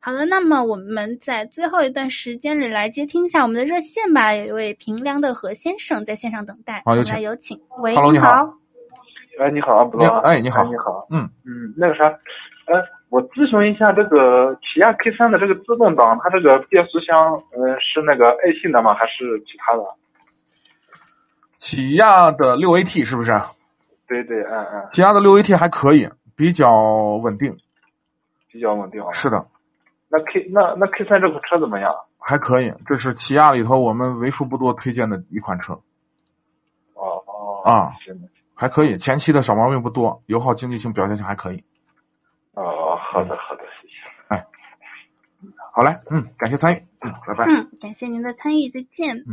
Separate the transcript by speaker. Speaker 1: 好的，那么我们在最后一段时间里来接听一下我们的热线吧。有一位平凉的何先生在线上等待，我
Speaker 2: 好有
Speaker 1: 们
Speaker 2: 请
Speaker 1: 来有请。喂，
Speaker 2: Hello，你好
Speaker 1: 好。
Speaker 3: 哎，你好，布
Speaker 2: 你
Speaker 3: 罗
Speaker 2: 好。哎你好
Speaker 3: 你好。
Speaker 2: 嗯
Speaker 3: 嗯，那个啥，呃，我咨询一下这个起亚 K 3的这个自动挡，它这个变速箱，呃，是那个爱信的吗？还是其他的？
Speaker 2: 起亚的六 AT 是不是？
Speaker 3: 对对，嗯嗯，
Speaker 2: 起亚的六 AT 还可以，比较稳定。
Speaker 3: 比较稳定啊。
Speaker 2: 是的，
Speaker 3: 那 K 那那 K 3这款车怎么样？
Speaker 2: 还可以。这是起亚里头我们为数不多推荐的一款车，
Speaker 3: 哦哦。
Speaker 2: 啊
Speaker 3: 行。
Speaker 2: 还可以。前期的小毛病不多，油耗、经济性、表现性还可以。
Speaker 3: 哦，好的好的，谢谢。
Speaker 2: 好嘞，嗯，感谢参与，嗯，拜拜。
Speaker 1: 嗯，感谢您的参与，再见。